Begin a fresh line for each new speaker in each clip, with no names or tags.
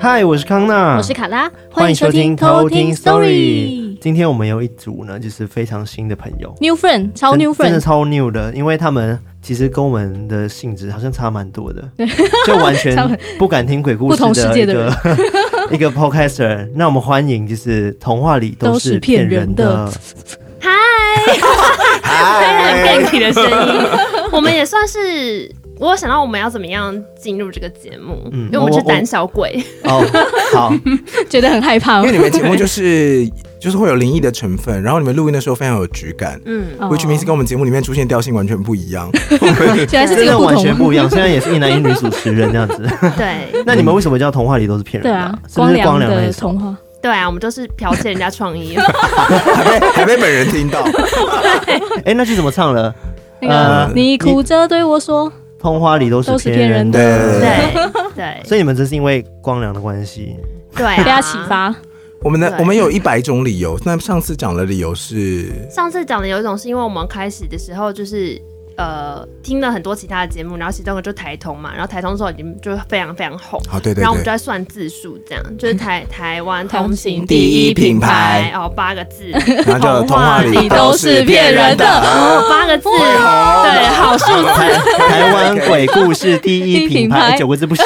嗨，我是康娜，
我
嗯
是卡拉，
欢迎收听偷听 Story
Story。
今天我们有一组呢，就是非常新的朋友
New friend，超
真
new
真的
friend，
超 new 的，因为他们其实跟我们的性质好像差蛮多 的，就完全
差蛮
不敢听鬼故事
不同世
的一
界的
个 一个 podcaster。那我们欢迎，就是童话里
都是
是骗
骗人
人
的
的，
非常
哎
ganky 的声音。 我们也算是，我有想到我们要怎么样进入这个节目，
嗯
因为我们
我
是胆小鬼，
哦， 好，
觉得很害怕
因为。你们节
哦
目就是就是会有灵异的成分，然后你们录音的时候非常有质感。
嗯，
哦
Which means 跟我们节目里面出现调性完全不一样，
原来是这
真
个
的
不
完全
同，
不一样。现在也是一男一女主持人这样 子。
对
那你们为什么叫童话里都是骗
嗯对
人的
啊
啊？，是不
光
是光良
良
那
的
一首？
童话，
对啊，我们就是剽窃人家创意，
还被还被本人听到。
哎，那句怎么唱了？
那个
呃
你哭着对我说，
童话里都是
都是
骗人
骗人
的。
的
对
对对
所以你们这是因为光良的关系，
对啊，
被他启。发，
我们的
对
我们有一百种理由，那上次讲的理由是，
上次讲的有一种是因为我们开始的时候就是。呃，听了很多其他的节目，然后其中一个就台通嘛，然后台通之后已经就非常非常红，
好对对
然后我们就
对，
在算字数，这样就是台台湾
同
通
行
行
第一品牌
哦，八个字，
然后叫童话里都是骗人的，
哦，八个字，对，好数字，
台湾鬼故事第一品
第一品
牌哎
牌
九个字不行，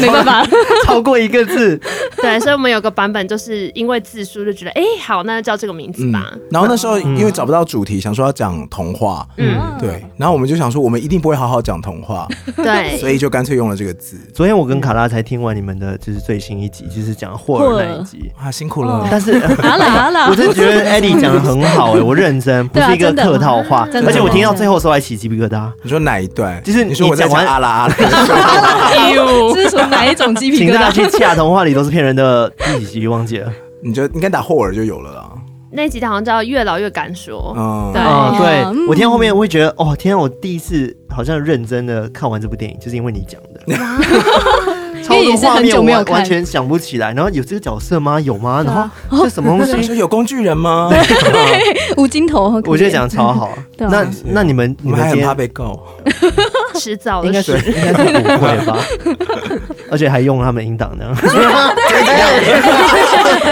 没办法，
超过一个字。
对，所以我们有个版本，就是因为字数就觉得，哎、好，那就叫这个名字
嗯
吧。，
然后那时候因为找不到主题，想说要讲童话，
嗯，
对，然后我们就想说我们一定不会好好讲童 话，所
对，
以就干脆用了这个字。
昨天我跟卡拉才听完你们的，就是最新一集，就是讲霍尔那一集。
哇，辛苦了，
哦
但是
好啦好啦
我，真的觉得 Eddie 讲的很好哎、我认真，不
对啊
是一个客套话，
真的
而且我听到最后的时候还起鸡皮疙 瘩。
你说哪一段？
就是
你说我在
你讲
讲
完
阿拉阿拉的时候，
哎呦，这是属于哪一种鸡皮
请
疙
大家
瘩？
去洽童话里都是骗人的第几集忘记了？
你就应该打霍尔就有了啦。
那一集好像叫《越老越敢说》
嗯，
对
哦，对
嗯
我听到后面我会觉得，哦天啊，我第一次好像认真的看完这部电影，就是因为你讲的。超
因为
多
也是
画
很
面
久
我
没有
完
看
完全想不起来，然后有这个角色吗？有 吗？然后这什么东
你
西？
说有工具人 吗？
无金头，很可怜
我觉得讲得超好。
对啊
那那你们你
你们
们
还
今
很怕
天
被告？
迟早
应
的
该是
事。
应该是不会吧？而且还用他们音档呢。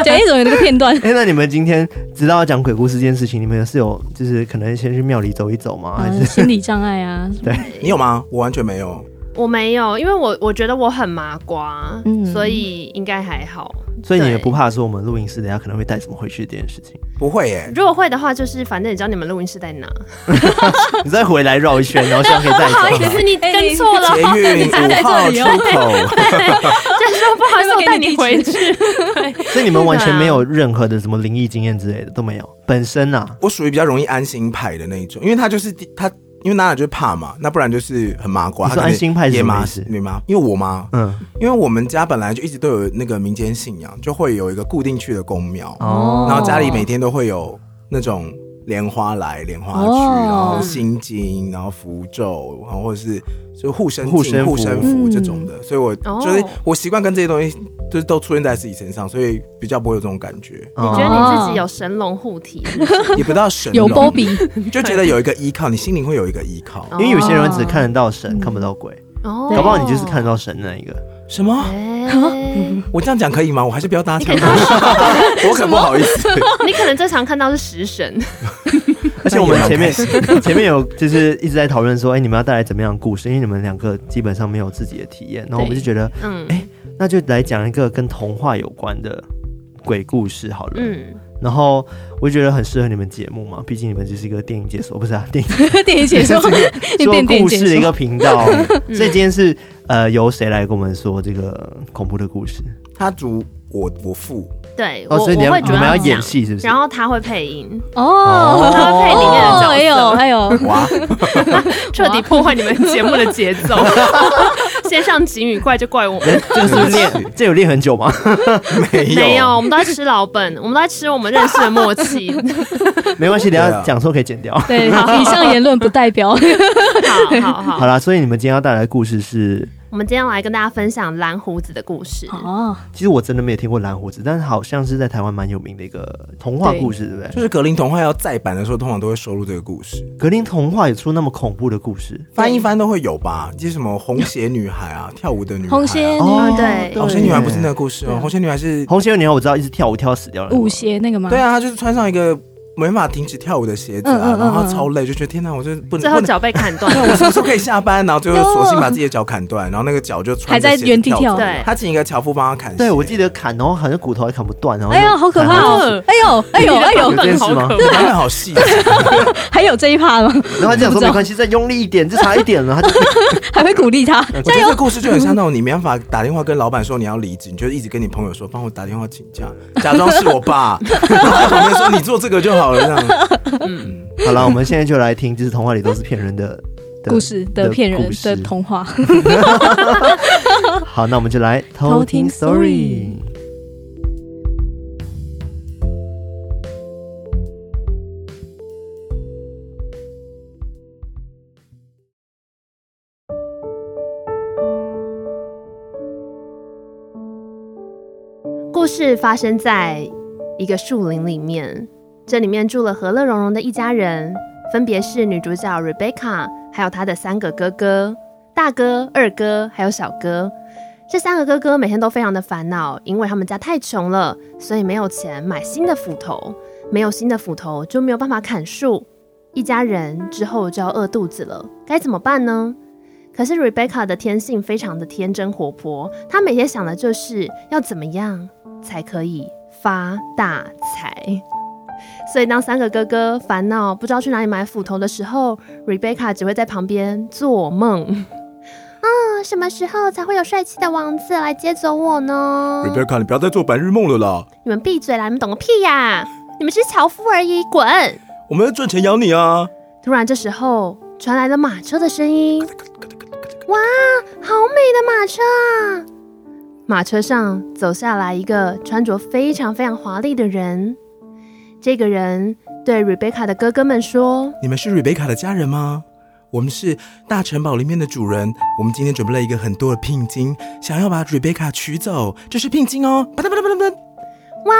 讲一种有那个片段，
哎，那你们今天知道要讲鬼故事这件事情，你们是有就是可能先去庙里走一走吗？ 还
嗯
是
心理障碍啊，
你有吗？我完全没有。
我没有，因为我我觉得我很麻瓜，
嗯
所以应该还好。
所以你也
对
不怕说我们录音室等一下可能会带什么回去这件事情？
不会耶，
如果会的话，就是反正你知道你们录音室在哪，
你再回来绕一圈， 然后希望可以带走。
可是你
哎
跟错了，
捷运
你还在这
五号
里
出
哦
口，
就是说不好意思，我带你回去。
所以你们完全没有任何的什么灵异经验之类的都没有，本身啊，
我属于比较容易安心派的那一种，因为他就是第他，因为娜娜就是怕嘛，那不然就是很麻瓜。
你说
她可能
安心派是
也
什么
麻
意思
你妈，因为我妈，
嗯，
因为我们家本来就一直都有那个民间信仰，就会有一个固定去的公庙，
哦，
然后家里每天都会有那种莲花来、莲花去，
哦
然后心经，然后符咒，然后或者是就护身镜
护身符，
护身符这种的，所以我就是我习惯跟这些东西就是都出现在自己身上，所以比较不会有这种感觉
你
哦
觉得你自己有神龙护体？是不是
也不到神
有
龙
波比，
就觉得有一个依靠，你心灵会有一个依靠。
因
哦
为有些人只看得到神，看不到鬼，
哦
搞不好你就是看得到神那一个。
什么？
哎
我这样讲可以吗？我还是不要搭腔吧， 我可不好意思。
你可能最常看到是食神，
而且我们 前面
那
前面有就是一直在讨论说，哎，你们要带来怎么样的故事？因为你们两个基本上没有自己的体验，然后我们就觉得，
嗯
哎那就来讲一个跟童话有关的鬼故事好了。
嗯，
然后我就觉得很适合你们节目嘛，毕竟你们就是一个电影解说，不是啊，电影
哦电影 解说，你
说
变电影
故
解
事的一
说，
个频道，所以今天是呃由谁来跟我们说这个恐怖的故事？
他主我我父，
对，
哦，
我
所以你
我
要
会
你
主
们要
要
演
讲，
戏是不是？
然后他会配音，
哦，
他会配里面的角色
哎呦哎呦，
哇，
彻底破坏你们节目的节
哦
奏。
哎
先上警语怪就怪我们，
这个是不是练，这有练很久吗？哦
没有
没有，我们都在吃老本，我们都在吃我们认识的 默契。
没关系，等
啊
一下讲错可以剪掉。
对，以上言论不代表
好好
好
好，
啦，所以你们今天要带来的故事是
我们今天要来跟大家分享蓝胡子的故事。
哦，
其实我真的没有听过蓝胡子，但是好像是在台湾蛮有名的一个童话故事，对不对？
就是格林童话要再版的时候，通常都会收录这个故事，
格林童话有出那么恐怖的故事？
翻一翻都会有吧？就是什么红鞋女孩啊，跳舞的女孩、啊，
红鞋
哦
对
红鞋女孩不是那个故事
啊
哦，红鞋女孩是，
红鞋女孩我知道，一直跳舞跳到死掉了。
舞鞋那个吗？
对啊，她就是穿上一个没办法停止跳舞的鞋子啊，
嗯嗯嗯嗯
然后她超累，就觉得天哪，我就不
最
能
后
不能。
脚被砍断，
对，我什么时候可以下班？然后最后索性把自己的脚砍断，然后那个脚就穿着
还在
鞋子
原地跳
走
对
她请一个樵夫帮她砍鞋。
对，我记得砍，然后好像骨头还砍不断，然后
哎呀，好可怕哦！哎呦， 哎呦，哎
有
呦，
这件事吗？
他们好细致，
还有这一趴吗？
然后他讲说没关系，再用力一点，就差一点了，他就
还会鼓励他，
呃我觉得这个故事就很像那种你没办法打电话跟老板说你要离职，你就一直跟你朋友说帮我打电话请假， 假装是我爸，然后在旁边说你做这个就好了这 样。
好了，我们现在就来听，就是童话里都是骗人的的
故事的骗人
故事
的童话。
好，那我们就来偷
偷
听
听
story。
故事发生在一个树林里面，这里面住了和乐融融的一家人，分别是女主角 Rebecca，还有她的三个哥哥，大哥、二哥还有小哥。这三个哥哥每天都非常的烦恼，因为他们家太穷了，所以没有钱买新的斧头，没有新的斧头就没有办法砍树。一家人之后就要饿肚子了，该怎么办呢？可是 Rebecca 的天性非常的天真活泼，她每天想的就是要怎么样才可以发大财。所以，当三个哥哥烦恼不知道去哪里买斧头的时候，Rebecca 只会在旁边做梦。啊，什么时候才会有帅气的王子来接走我呢
哎 Rebecca，你不要再做白日梦了啦，
你们闭嘴啦！你们懂个屁呀、你们是樵夫而已，滚！
我们要赚钱养你啊！
突然，这时候传来了马车的声音。哇，好美的马车啊！马车上走下来一个穿着非常非常华丽的人。这个人对 Rebecca 的哥哥们说
你们是 Rebecca 的家人吗？我们是大城堡里面的主人，我们今天准备了一个很多的聘金，想要把 Rebecca 娶走，这是聘金哦！啪嗒啪嗒啪嗒啪嗒：“
哇，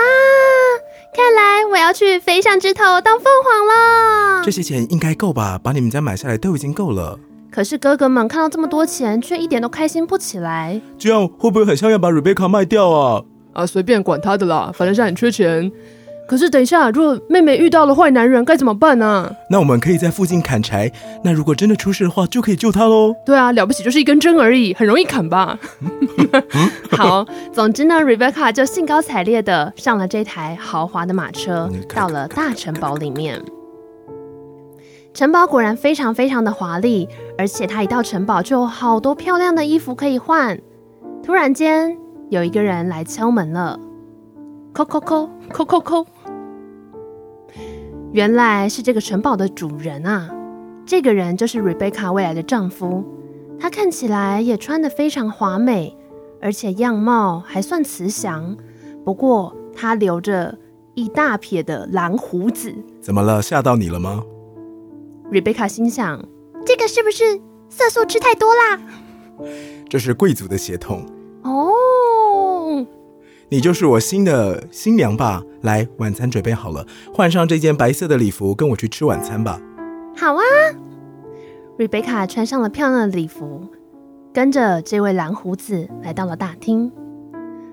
看来我要去飞上枝头当凤凰
这
了。
些钱应该够吧？把你们家买下来都已经够了。”
可是哥哥们看到这么多钱，却一点都开心不起来。
这样会不会很像要把 Rebecca 卖掉啊？
啊，随便管他的啦，反正现在很缺钱。可是等一下，如果妹妹遇到了坏男人，该怎么办呢、
那我们可以在附近砍柴。那如果真的出事的话，就可以救他喽。
对啊，了不起就是一根针而已，很容易砍吧？
好，总之呢，Rebecca 就兴高采烈的上了这台豪华的马车
嗯，咔
到了大城堡里面。城堡果然非常非常的华丽，而且他一到城堡就有好多漂亮的衣服可以换。突然间，有一个人来敲门了，叩叩叩叩叩叩，原来是这个城堡的主人啊！这个人就是 Rebecca 未来的丈夫，他看起来也穿得非常华美，而且样貌还算慈祥。不过他留着一大撇的蓝胡子。
怎么了？吓到你了吗？
Rebecca 心想：这个是不是色素吃太多啦？
这是贵族的血统，
哦，
你就是我新的新娘吧？来，晚餐准备好了，换上这件白色的礼服，跟我去吃晚餐吧。
好啊。Rebecca 穿上了漂亮的礼服，跟着这位蓝胡子来到了大厅。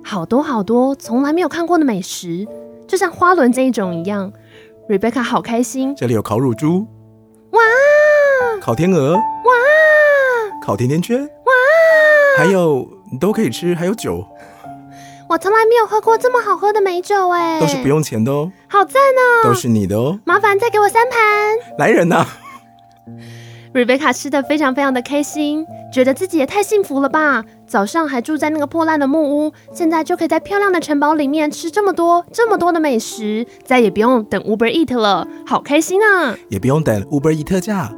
好多好多从来没有看过的美食，就像花轮这一种一样。Rebecca 好开心，
这里有烤乳猪，
哇！
烤天鹅，哇！烤甜甜圈，哇！还有你都可以吃，还有酒，
我从来没有喝过这么好喝的美酒哎
都是不用钱的哦，
好赞
都是你的哦。
麻烦再给我三盘。
来人呐、
Rebecca 吃的非常非常的开心，觉得自己也太幸福了吧！早上还住在那个破烂的木屋，现在就可以在漂亮的城堡里面吃这么多这么多的美食，再也不用等 Uber Eat 了，好开心啊！
也不用等 Uber 一特价。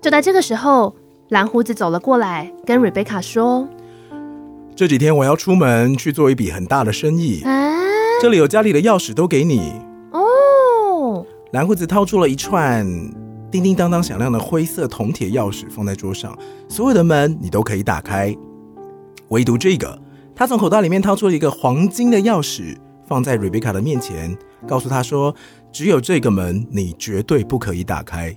就在这个时候，蓝胡子走了过来，跟 Rebecca 说
这几天我要出门去做一笔很大的生意：“，
啊，
这里有家里的钥匙都给你。
哦，
蓝胡子掏出了一串叮叮当当响亮的灰色铜铁钥匙放在桌上，所有的门你都可以打开，唯独这个。他从口袋里面掏出了一个黄金的钥匙，放在瑞贝卡的面前，告诉她说：“只有这个门，你绝对不可以打开。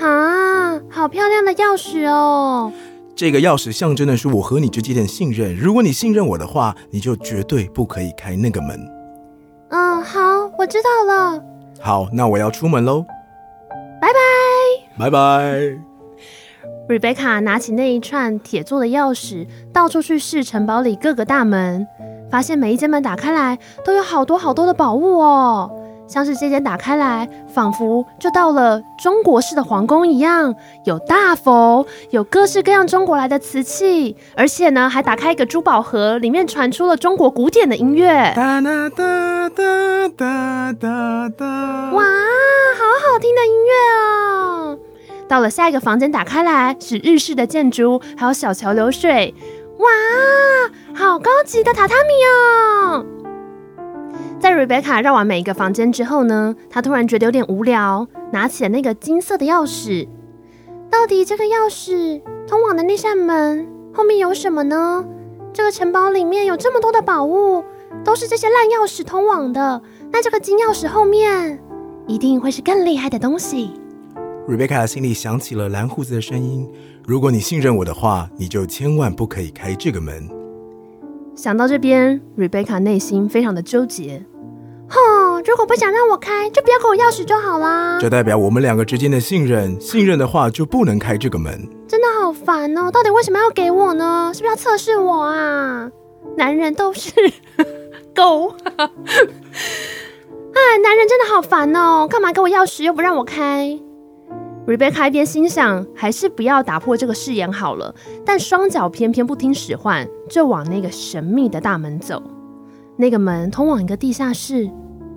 啊，好漂亮的钥匙哦！
这个钥匙象征的是我和你之间的信任。如果你信任我的话，你就绝对不可以开那个门。
嗯，好，我知道了。
好，那我要出门喽，
拜拜。
拜拜。
瑞贝卡拿起那一串铁做的钥匙，到处去试城堡里各个大门，发现每一间门打开来都有好多好多的宝物哦。像是这间打开来，仿佛就到了中国式的皇宫一样，有大佛，有各式各样中国来的瓷器，而且呢，还打开一个珠宝盒，里面传出了中国古典的音乐。
哒哒哒哒哒哒哒。
哇，好好听的音乐哦！到了下一个房间，打开来是日式的建筑，还有小桥流水。哇，好高级的榻榻米哦！在瑞贝卡绕完每一个房间之后呢，她突然觉得有点无聊，拿起了那个金色的钥匙。到底这个钥匙通往的那扇门后面有什么呢？这个城堡里面有这么多的宝物，都是这些烂钥匙通往的。那这个金钥匙后面一定会是更厉害的东西。
瑞贝卡心里想起了蓝胡子的声音：“如果你信任我的话，你就千万不可以开这个门。
想到这边，瑞贝卡内心非常的纠结。哼，如果不想让我开，就不要给我钥匙就好啦。
这代表我们两个之间的信任，信任的话就不能开这个门。
真的好烦哦！到底为什么要给我呢？是不是要测试我啊？男人都是 狗。 哎，男人真的好烦哦！干嘛给我钥匙又不让我开？Rebecca 一边心想，还是不要打破这个誓言好了，但双脚偏偏不听使唤，就往那个神秘的大门走。那个门通往一个地下室，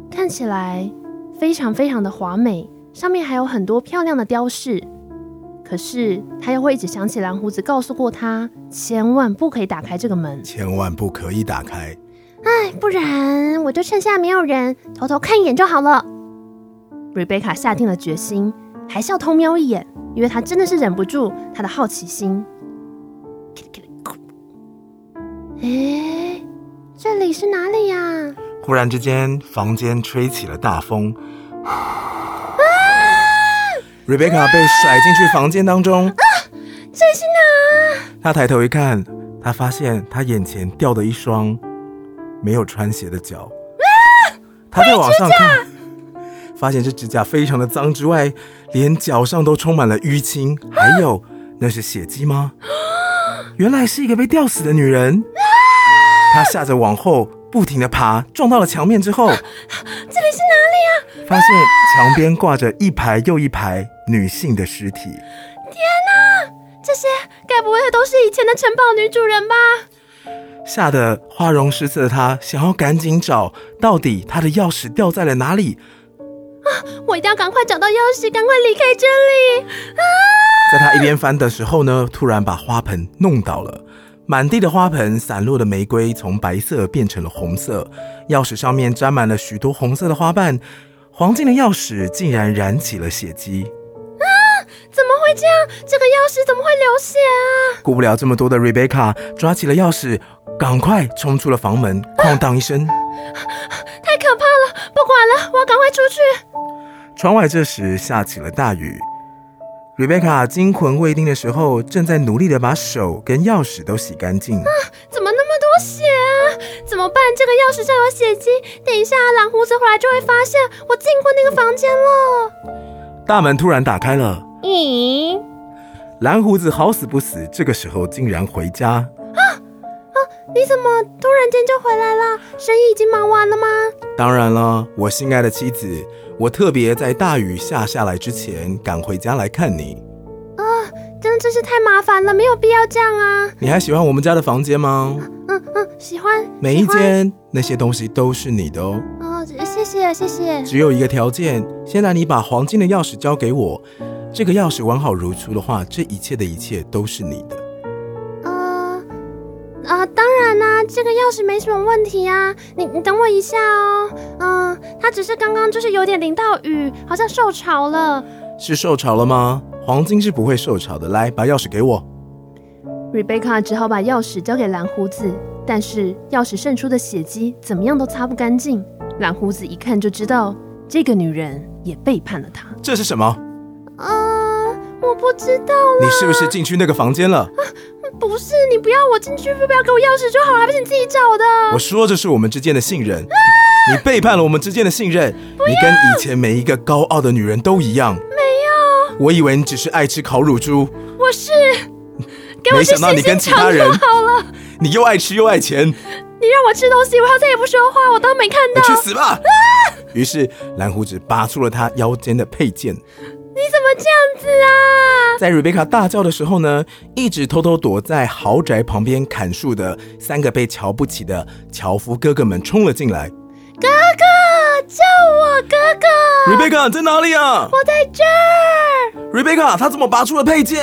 看起来非常非常的华美，上面还有很多漂亮的雕饰。可是他又会一直想起蓝胡子告诉过他，千万不可以打开这个门，
千万不可以打开。
哎，不然我就趁现在没有人，偷偷看一眼就好了。瑞贝卡下定了决心，还是要偷瞄一眼，因为她真的是忍不住她的好奇心。哎，这里是哪里呀、
忽然之间，房间吹起了大风。瑞贝卡被甩进去房间当中。
这里是哪？
她抬头一看，她发现她眼前掉的一双没有穿鞋的脚。她再往上看，发现这指甲非常的脏，之外，连脚上都充满了淤青，还有那是血迹吗？原来是一个被吊死的女人。她吓着往后不停的爬，撞到了墙面之后，
啊这里是哪里呀、啊
发现墙边挂着一排又一排女性的尸体。
这些该不会都是以前的城堡女主人吧？
吓得花容失色的她，想要赶紧找到底她的钥匙掉在了哪里。
我一定要赶快找到钥匙，赶快离开这里！
在她一边翻的时候呢，突然把花盆弄倒了，满地的花盆，散落的玫瑰从白色变成了红色，钥匙上面沾满了许多红色的花瓣，黄金的钥匙竟然染起了血迹。
怎么会这样？这个钥匙怎么会流血啊？
顾不了这么多的瑞贝卡抓起了钥匙，赶快冲出了房门，哐当一声。
太可怕了！不管了，我要赶快出去。
窗外这时下起了大雨。瑞贝卡惊魂未定的时候，正在努力的把手跟钥匙都洗干净。
怎么那么多血啊？怎么办？这个钥匙上有血迹，等一下蓝胡子回来就会发现我进过那个房间了。
大门突然打开了，
咦、
蓝胡子好死不死，这个时候竟然回家。
你怎么突然间就回来了？生意已经忙完了吗？
当然了，我心爱的妻子，我特别在大雨下下来之前赶回家来看你。
真的真是太麻烦了，没有必要这样啊。
你还喜欢我们家的房间吗？
嗯嗯，喜欢。
每一
喜欢。
间那些东西都是你的哦。
嗯哦，谢谢谢谢。
只有一个条件，先让你把黄金的钥匙交给我。这个钥匙完好如初的话，这一切的一切都是你的。
呃，呃，当然啦、这个钥匙没什么问题啊。你你等我一下哦。嗯、它只是刚刚就是有点淋到雨，好像受潮了。
是受潮了吗？黄金是不会受潮的，来，把钥匙给我。
Rebecca 只好把钥匙交给蓝胡子，但是钥匙渗出的血迹怎么样都擦不干净。蓝胡子一看就知道，这个女人也背叛了他。
这是什么？
啊、我不知道，
你是不是进去那个房间了？
不是你不要我进去，不要给我钥匙就好了，还不是你自己找的？
我说这是我们之间的信任，你背叛了我们之间的信任。你跟以前每一个高傲的女人都一样。没有，我以为你只是爱吃烤乳猪，
我是，给
没
我去
想到
洗
你
心
跟其
肠
他
就
人，
好了。
你又爱吃又爱钱，
你让我吃东西，我要再也不说话，我当没看
你
到。
去死吧！于是蓝胡子拔出了他腰间的佩剑，
你怎么这样子啊？
在瑞贝卡大叫的时候呢，一直偷偷躲在豪宅旁边砍树的三个被瞧不起的樵夫哥哥们冲了进来。
哥哥，救我！哥哥，
瑞贝卡在哪里啊？
我在这儿，
瑞贝卡，他怎么拔出了佩剑？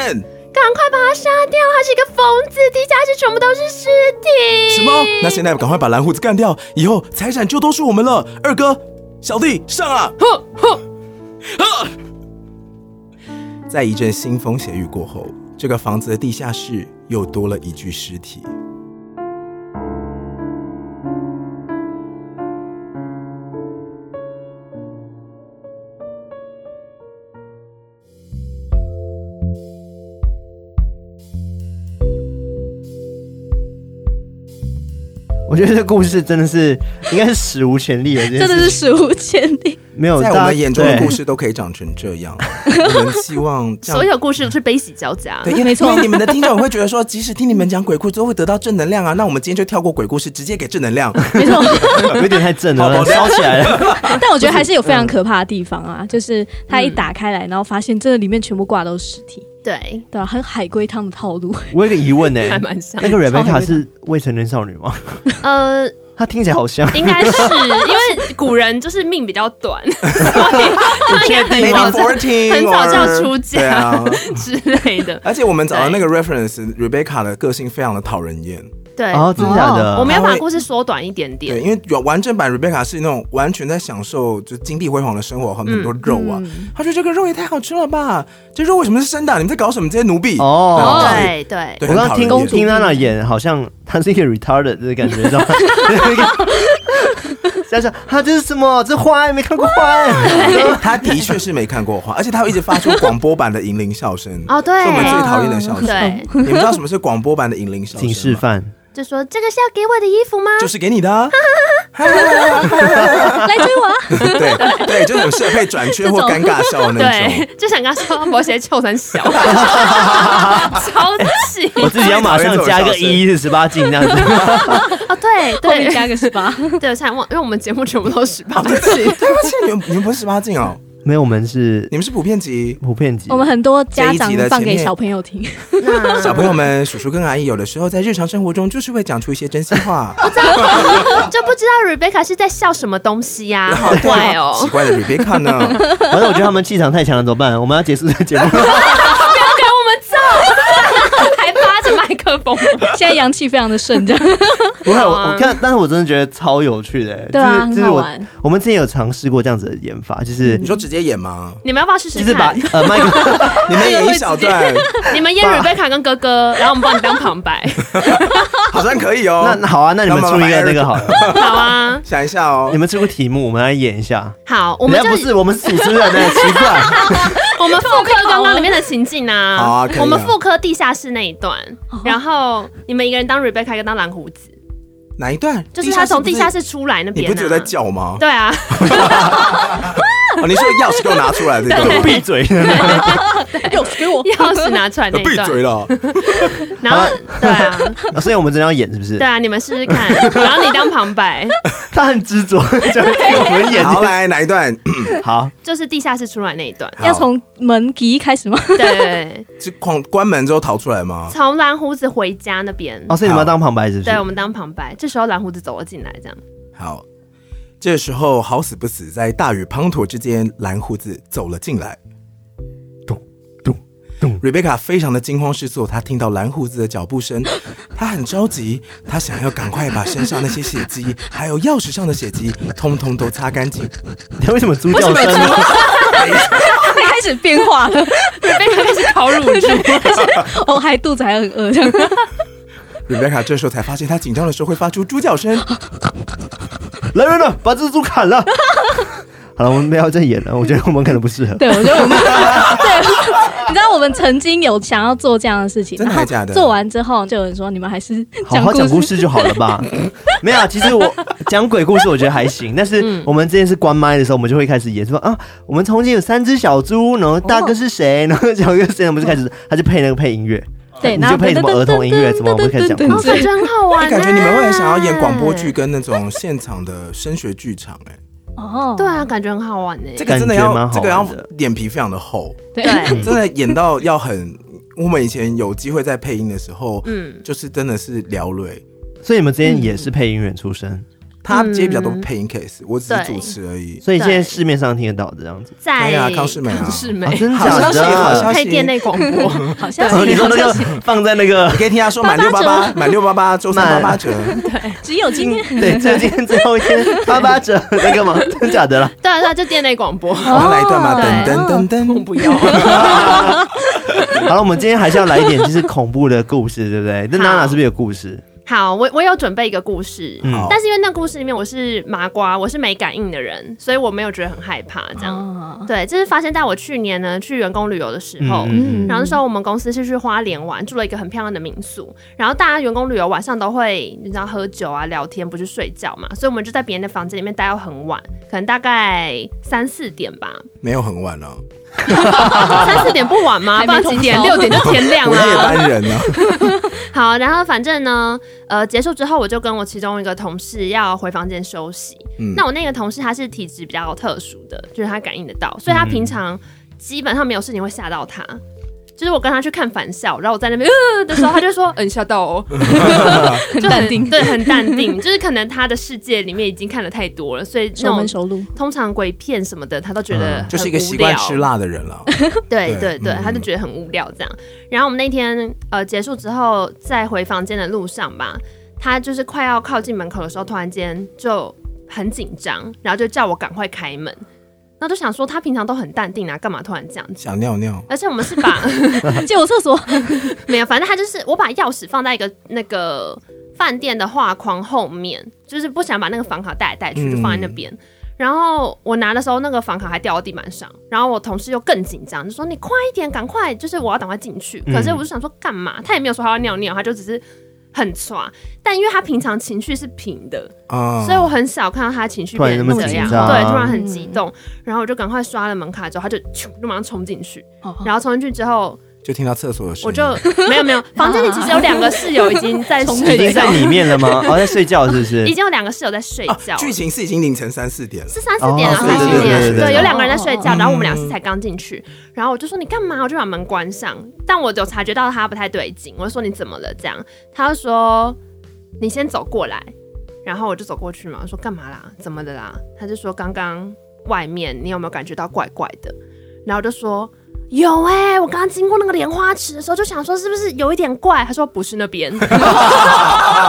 赶快把他杀掉！他是一个疯子，地下室全部都是尸体。
什么？那现在赶快把蓝胡子干掉，以后财产就都是我们了。二哥，小弟，上啊！
哼哼，
在一阵腥风血雨过后，这个房子的地下室又多了一具尸体。
我觉得这故事真的是应该是史无前例了，这件
真的
事
是史无前 例。
没有
在我
大家
们眼中的
对
故事都可以长成这样， 我们希望这样
所有故事都是悲喜交加。
对，因为因为你们的听众会觉得说，即使听你们讲鬼故事都会得到正能量啊，那我们今天就跳过鬼故事，直接给正能 量。
没错，
有点太正
好
了，
好
烧起来 了。
但我觉得还是有非常可怕的地方啊，就是它一打开来，然后发现真的里面全部挂都是尸体，
对，
对啊，很海龟汤的套路。
我有个疑问呢、
还蛮像。
那个 Rebecca
超
是未成年少女吗？
呃，
她听起来好像，
应该是因为古人就是命比较短，
你确定
Maybe
吗？
14
很早就要
or-
出家
对啊。
之类的。
而且我们找到那个 reference Rebecca 的个性非常的讨人厌，
对，
哦，真的假的？
我们要
他
把
会
故事缩短一点
对，
点。
因为有完整版 Rebecca 是那种完全在享受就金碧辉煌的生活，很很多肉啊，
嗯
他觉得这个肉也太好吃了吧，这肉为什么是生的啊？你们在搞什么？这些奴婢
哦
然后
对对，，
对，
我刚刚听
公
听娜娜演，好像她是一个 retarded 的感觉，你知道吗？ 想想，她这是什么？这花也没看过花。
他的确是没看过花，而且他会一直发出广播版的银铃笑声
哦对
是我们最讨厌的笑声。
对，
你们知道什么是广播版的引领小
请示
吗？
范，
就说这个是要给我的衣服吗？
就是给你的、啊，
来追我啊！
对对，就是有适配转圈或尴尬笑的那种。
对，就想跟他说我鞋臭很 小，超气
我自己要马上加个一，是十八禁这样 子。
哦，对
后面
对
加个十八，
对，我想忘，因为我们节目全部都十 八禁，
对不起，你们你们不是十八禁哦，
没有，我们是
你们是普遍级。
普遍级
我。们很多家
这一
长
集的
放
前
给
面
小朋友听，
那
小朋友们，叔叔跟阿姨有的时候在日常生活中就是会讲出一些真心话，
就不知道 Rebecca 是在笑什么东西 呀，好怪
奇
哦。
怪的 Rebecca 呢？
反正我觉得他们气场太强了，怎么办？我们要结束这个节 目。
啊
给 我们走，还扒着麦克风，
现在阳气非常的盛，这 样
不会，我我看，但是我真的觉得超有趣的。
对啊
就是就
很
是
好
我
玩嗯
我们之前有尝试过这样子的研发，就是
你说直接演 吗？
你们要不要试
就
试
是把
看？
呃麦克，
你们演一小段，
你们演 Rebecca 跟哥哥，然后我们帮你当旁 白，
好像可以哦。
那那好啊，那你们出一个那个好了，
好啊。
想一下哦
你，们出个题目，我们来演一下。
好，我们
人家
就
不是我们是主持人 呢，奇怪。
我们复刻刚刚里面的情境啊，
好啊可以啊
我们复刻地下室那一段，然后你们一个人当 Rebecca，一个当蓝胡子，
哪一段？
就是他从地下
室
室出来那
不是，你
边、啊，
不是有在叫吗？
对啊，
哦，你说钥匙给我拿出来这
给我
段，
闭嘴！
有给我
钥匙拿出来那一
哦闭
段，
嘴了。
然后对啊，
啊 所以我们真的要演是不是
对？啊，你们试 试看，然后你当旁白，
他很执 着，就给我们演。
好，来哪一段？
好，
就是地下室出来那一段，
好
要从门级开始吗？
对对，对
是关关门之后逃出来吗？
从蓝胡子回家那边，
哦，所以你们要当旁白是不是
对，？我们当旁白，这时候蓝胡子走了进来，这样，
哦好，这时候好死不死，在大雨滂沱之间，蓝胡子走了进来。咚咚咚！Rebecca 非常的惊慌失措，她听到蓝胡子的脚步声，她很着急，她想要赶快把身上那些血迹，还有钥匙上的血迹，通通都擦干净。
你为什么猪叫声呢？
还开始变化了，
贝卡开始烤乳猪，
我 还肚子还很饿，这样
Rebecca 这时候才发现，她紧张的时候会发出猪叫声。
来人了，把蜘蛛砍了。 好了，我们不要再演了，我觉得我们可能不适合。
对，我觉得我们对，你知道我们曾经有想要做这样的事情，
真的
然后
还假的
做完之后，就有人说你们还是
好好
故
讲故事就好了 吧？没有啊，其实我讲鬼故事我觉得还行，但
嗯
是我们之前是关麦的时候，我们就会开始演说啊，我们从前有三只小猪，然后大
哦
哥是谁，然后小哥是谁，我们就开始，他就配那个配音乐，
对，
你
然后
就配什么儿童音乐怎么我们可以讲故
哦，感觉很好玩、
哎
啊。
感觉你们会很想要演广播剧。跟那种现场的声学剧场、哎，
哦，
对啊，感觉很好玩哎、
这个真的
感觉蛮
要，
好
这个要
玩的
脸皮非常的厚，
对
对，
真的演到要很。我们以前有机会在配音的时候，
嗯，
就是真的是聊累。
所以你们之前也是配音员出身，
他接比较多配音 case，我只是
嗯对
主持而已。
所以现在市面上听得到的这样子。
哎
在
呀，康世美啊，
是
啊
没？
真
好
假
消息，好
的？
消息
配！店内广 播，
好像
哦你
是
说
好
那
像
个
是
放在那个
你可以听他说满六八 八，满六八八，周三八八折。
只有今 天
对，最近最后一天八八折那个吗？ 真假的啦？
对啊，对啊，就店内广播。
我要来一段吗？
对
噔噔噔噔，不要。
好了，我们今天还是要来一点就是恐怖的故事，对不对？那
好
娜娜是不是有故事？
好，我我有准备一个故事，
嗯
好
但是因为那故事里面我是麻瓜，我是没感应的人，所以我没有觉得很害怕这样。
哦
对，这是发生在我去年呢去员工旅游的时候。
嗯
然后那时候我们公司是去花莲玩，住了一个很漂亮的民宿。然后大家员工旅游晚上都会，你知道喝酒啊、聊天，不是睡觉嘛，所以我们就在别人的房间里面待到很晚，可能大概三四点吧。
没有很晚了，
三四点不晚吗？
还
不
没
然几点？
通
六
宵
点就天亮
我
了。
是夜班人 呢。
好，然后反正呢，呃，结束之后我就跟我其中一个同事要回房间休息。
嗯
那我那个同事他是体质比较特殊的，就是他感应得到，所以他平常基本上没有事情会吓到他。就是我跟他去看返校，然后我在那边呃的时候，他就 说
嗯，吓到哦，
很
就
淡定，
对，很淡定，就是可能他的世界里面已经看的太多了，所以那
熟门
种
熟路。
通常鬼片什么的，他都觉得、很
嗯就是一个
无
习惯
聊
吃辣的人了。
对
对
对对，
嗯
他就觉得很无聊这样。然后我们那天呃结束之后，在回房间的路上吧，他就是快要靠近门口的时候，突然间就很紧张，然后就叫我赶快开门。那就想说他平常都很淡定啊，干嘛突然这样子？
想尿尿，
而且我们是把
借我 厕所，
没有，反正他就是我把钥匙放在一个那个饭店的画框后面，就是不想把那个房卡带来带去，就放在那
嗯
边。然后我拿的时候，那个房卡还掉到地板上，然后我同事又更紧张，就说：“你快一点，赶快！”就是我要赶快进去。
嗯
可是我就想说干嘛？他也没有说他要尿尿，他就只是很抓。但因为他平常情绪是平的，
啊
所以我很少看到他情绪
哦突然
变
那
成
么
这
紧
样，
张
对，突然很激动，然后我就赶快刷了门卡之后，他就咻就马上冲进去，
哦
然后冲进去之后，
就听到厕所的声音。啊
我就没有没有，房间里其实有两个室友已经在
已
睡
经
觉
在，里面了吗？哦，在睡觉是不 是
已？经有两个室友在睡
啊
觉。
剧情是已经凌晨三四点了。
是三四点啊，
哦
三四
对对对
点，
对
对，
对
有两个人在睡觉，
嗯
然后我们俩是才刚进去，然后我就说你干嘛？我就把门关上，但我有察觉到他不太对劲，我就说你怎么了？这样，他就说你先走过来，然后我就走过去嘛，我说干嘛啦？怎么的啦？他就说刚刚外面你有没有感觉到怪怪的？然后我就说有哎、我刚刚经过那个莲花池的时候，就想说是不是有一点怪？他说不是那边，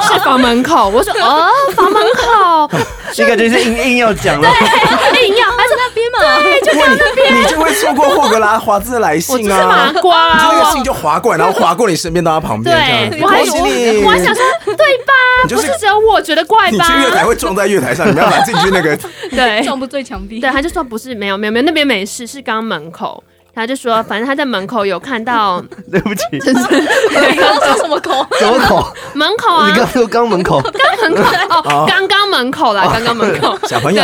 是房门口。我说哦，房门口，
这个就是硬硬要讲了，
硬要，他说那边嘛，对，就
你就会错过霍格拉华兹的来
我就
信
是
啊
麻！瓜
你就那
啊，
个信就划过来，然后划过你身边到他旁边这样
对，
子。
我还
恭喜你，
我还想说，对吧？
你就
不
是
是只啊有我觉得怪
你
吧
去？月台会撞在月台上，你要把进去那个。
对
撞不对墙壁。
对，他就说不是，没有没有没有，那边没事，是刚门口。他就说，反正他在门口有看到
对不起，
你刚刚说什么狗？
什么口？
门口 啊
你，刚说刚门口，
刚门口哦，刚刚门口啦，刚刚门 口。
小朋 友，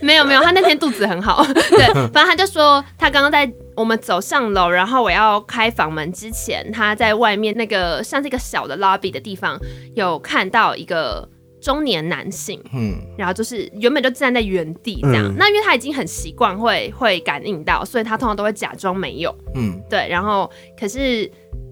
没有没有，他那天肚子很好， 对，反正他就说他刚刚在我们走上楼，然后我要开房门之前，他在外面那个像这个小的 lobby 的地方有看到一个中年男性，
嗯，
然后就是原本就站在原地这样，
嗯
那因为他已经很习惯会会感应到，所以他通常都会假装没有，
嗯，
对，然后可是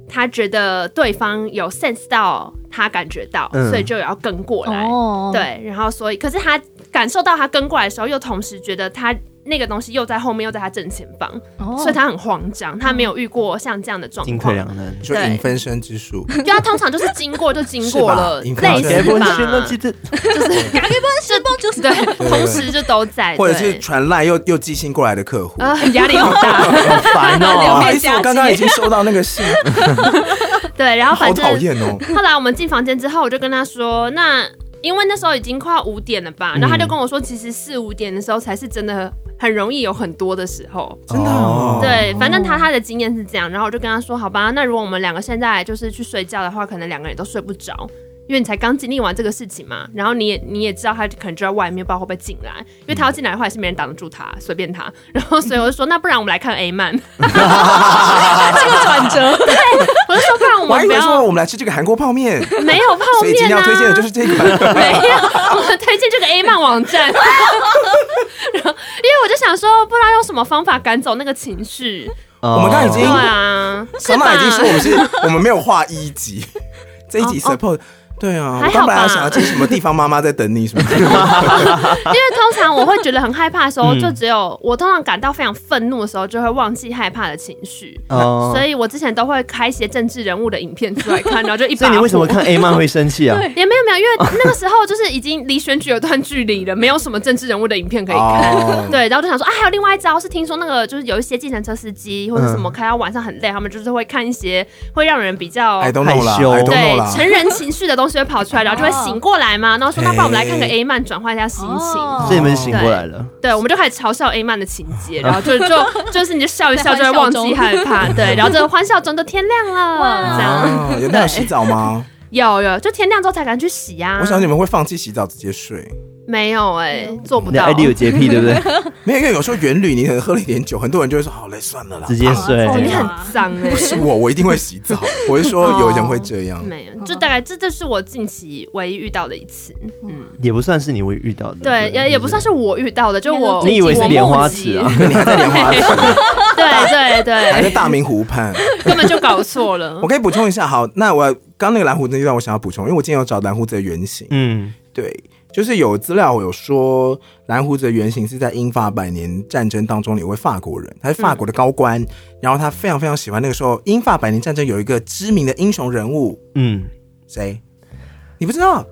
他觉得对方有 sense 到他感觉到，
嗯
所以就要跟过来，
哦，
对，然后所以，可是他感受到他跟过来的时候，又同时觉得他那个东西又在后面又在他正前方，
哦
所以他很慌张，他没有遇过像这样的状
进退
况。
啊
两难。
你说
对
影分身之术，
就他通常就是经过就经过了，
是吧
类
结
似
婚
吧
去，了，记得
就是
感觉不是不就是
对，
对
同时就都在，
或者是
对
传赖又又寄信过来的客户。
呃压力好大，
好烦
不
哦。
好意思，我刚刚已经收到那个信，
对，然后
好
反正
讨厌 哦。
后来我们进房间之后，我就跟他说，那因为那时候已经快要五点了吧，
嗯
然后他就跟我说，其实四五点的时候才是真的很容易有很多的时候。
真的哦
对，反正他他的经验是这样，然后我就跟他说，好吧，那如果我们两个现在就是去睡觉的话，可能两个人都睡不着，因为你才刚经历完这个事情嘛，然后你也你也知道他可能就在外面，不知道会不会进来，因为他要进来的话也是没人挡得住他，随便他。然后所以我就说，那不然我们来看 A 漫，
这个转折，
我就说不然我
我还
们
以
不
为说
要
我们来吃这个韩国泡面，
没有泡
所以今
面
天要
啊，
推荐的 就是这个。
没有，我推荐这个 A 漫网站。然 后，因为我就想说，不知道用什么方法赶走那个情绪。
我
我们刚刚已经
对啊，是
小马
吧
已？经说我们是，我们没有画一级，这一集 support。对啊，
哦还好吧
我刚本来想要进什么地方，妈妈在等你什么的。
因为通常我会觉得很害怕的 时候，
嗯
就只有我通常感到非常愤怒的时候，就会忘记害怕的情绪。
哦
所以我之前都会开一些政治人物的影片出来看，然后就一把
所
火。
以你为什么看 A 漫会生气啊？
也没有没有，因为那个时候就是已经离选举有段距离了，没有什么政治人物的影片可以看。
哦，
对，然后就想说啊，还有另外一招是听说那个就是有一些计程车司机或者什么
嗯
开到晚上很累，他们就是会看一些会让人比较
I don't know 啦
害羞
，I don't
对
know 啦。
成人情绪的东西会跑 出来，然后就会醒过来嘛。然后说那不然我们来看个
哎
A 漫转换一下心情。
哦
所以你们醒过来了，
对，我们就开始嘲笑 A 漫的情节，然后就就就是你就笑一笑就会忘记害怕，对，然后这个欢笑中就天亮了，
哇
这样
哦，有那有洗澡 吗？
有有就天亮之后才敢去洗呀、
我想你们会放弃洗澡直接睡，
没有哎、做不
你的
到。
ID 有洁癖对不对？
没有，因为有时候原旅你可能喝了一点酒，很多人就会说好嘞，算了啦。
直接睡。
啊
哦
你很脏哎、
不是我，我一定会洗澡。我是说有人会这样，
哦没有，就大概这这是我近期唯一遇到的一次，嗯，
也不算是你会遇到的，
对，也也不算是我遇到的，就我
你以为是莲花池啊？？
你还在莲花 池，
我 对对
还在
对，
大明湖畔。
根本就搞错 了
我。可以补充一下，好，那我刚那个蓝湖那一段我想要补充，因为我今天有找蓝胡子的原型，
嗯，
对，就是有资料有说蓝胡子的原型是在英法百年战争当中的一位法国人，他是法国的高官，然后他非常非常喜欢那个时候英法百年战争有一个知名的英雄人物，
嗯，
谁？你不知道？